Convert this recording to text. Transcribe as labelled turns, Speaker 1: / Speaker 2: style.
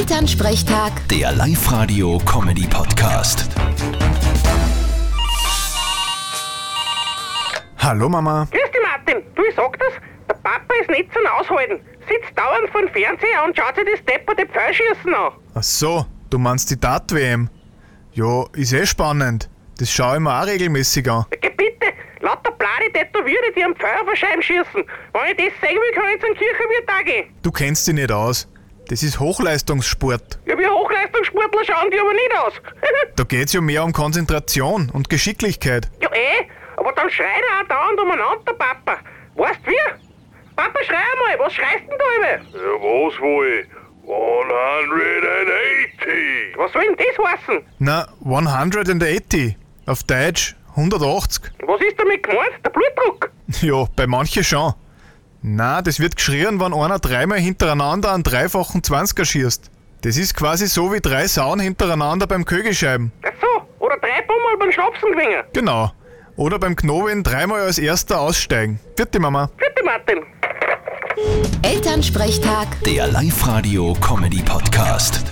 Speaker 1: Elternsprechtag,
Speaker 2: Der Live-Radio-Comedy-Podcast.
Speaker 3: Hallo Mama.
Speaker 4: Grüß dich, Martin. Du, ich sag das, der Papa ist nicht zum Aushalten. Sitzt dauernd vor dem Fernseher und schaut sich das depperte Pfeilschießen an.
Speaker 3: Ach so, du meinst die Dart-WM? Ja, ist eh spannend. Das schaue ich mir auch regelmäßig an.
Speaker 4: Geh bitte, lauter Blare Tätowiere, die am Feuer vor Scheiben schießen. Wenn ich das sehen will, kann ich zum Kirchenwirt da gehen.
Speaker 3: Du kennst dich nicht aus. Das ist Hochleistungssport.
Speaker 4: Ja, wir Hochleistungssportler schauen die aber nicht aus.
Speaker 3: Da geht's ja mehr um Konzentration und Geschicklichkeit.
Speaker 4: ja, eh, aber dann schreit er auch dauernd umeinander, der Papa. Weißt du wie? Papa, schrei einmal, was schreist denn du über?
Speaker 5: Ja, was wohl? 180!
Speaker 4: Was soll denn das heißen?
Speaker 3: Na, 180. Auf Deutsch 180.
Speaker 4: Was ist damit gemeint? Der Blutdruck?
Speaker 3: Ja, bei manchen schon. Na, das wird geschrien, wenn einer dreimal hintereinander einen dreifachen 20er schießt. Das ist quasi so wie drei Sauen hintereinander beim Kögelscheiben.
Speaker 4: Ach so, oder drei Bummel beim Schnapsen gewinnen.
Speaker 3: Genau. Oder beim Knobeln dreimal als erster aussteigen. Vierte Mama.
Speaker 4: Bitte, Martin.
Speaker 1: Elternsprechtag.
Speaker 2: Der Live-Radio-Comedy-Podcast.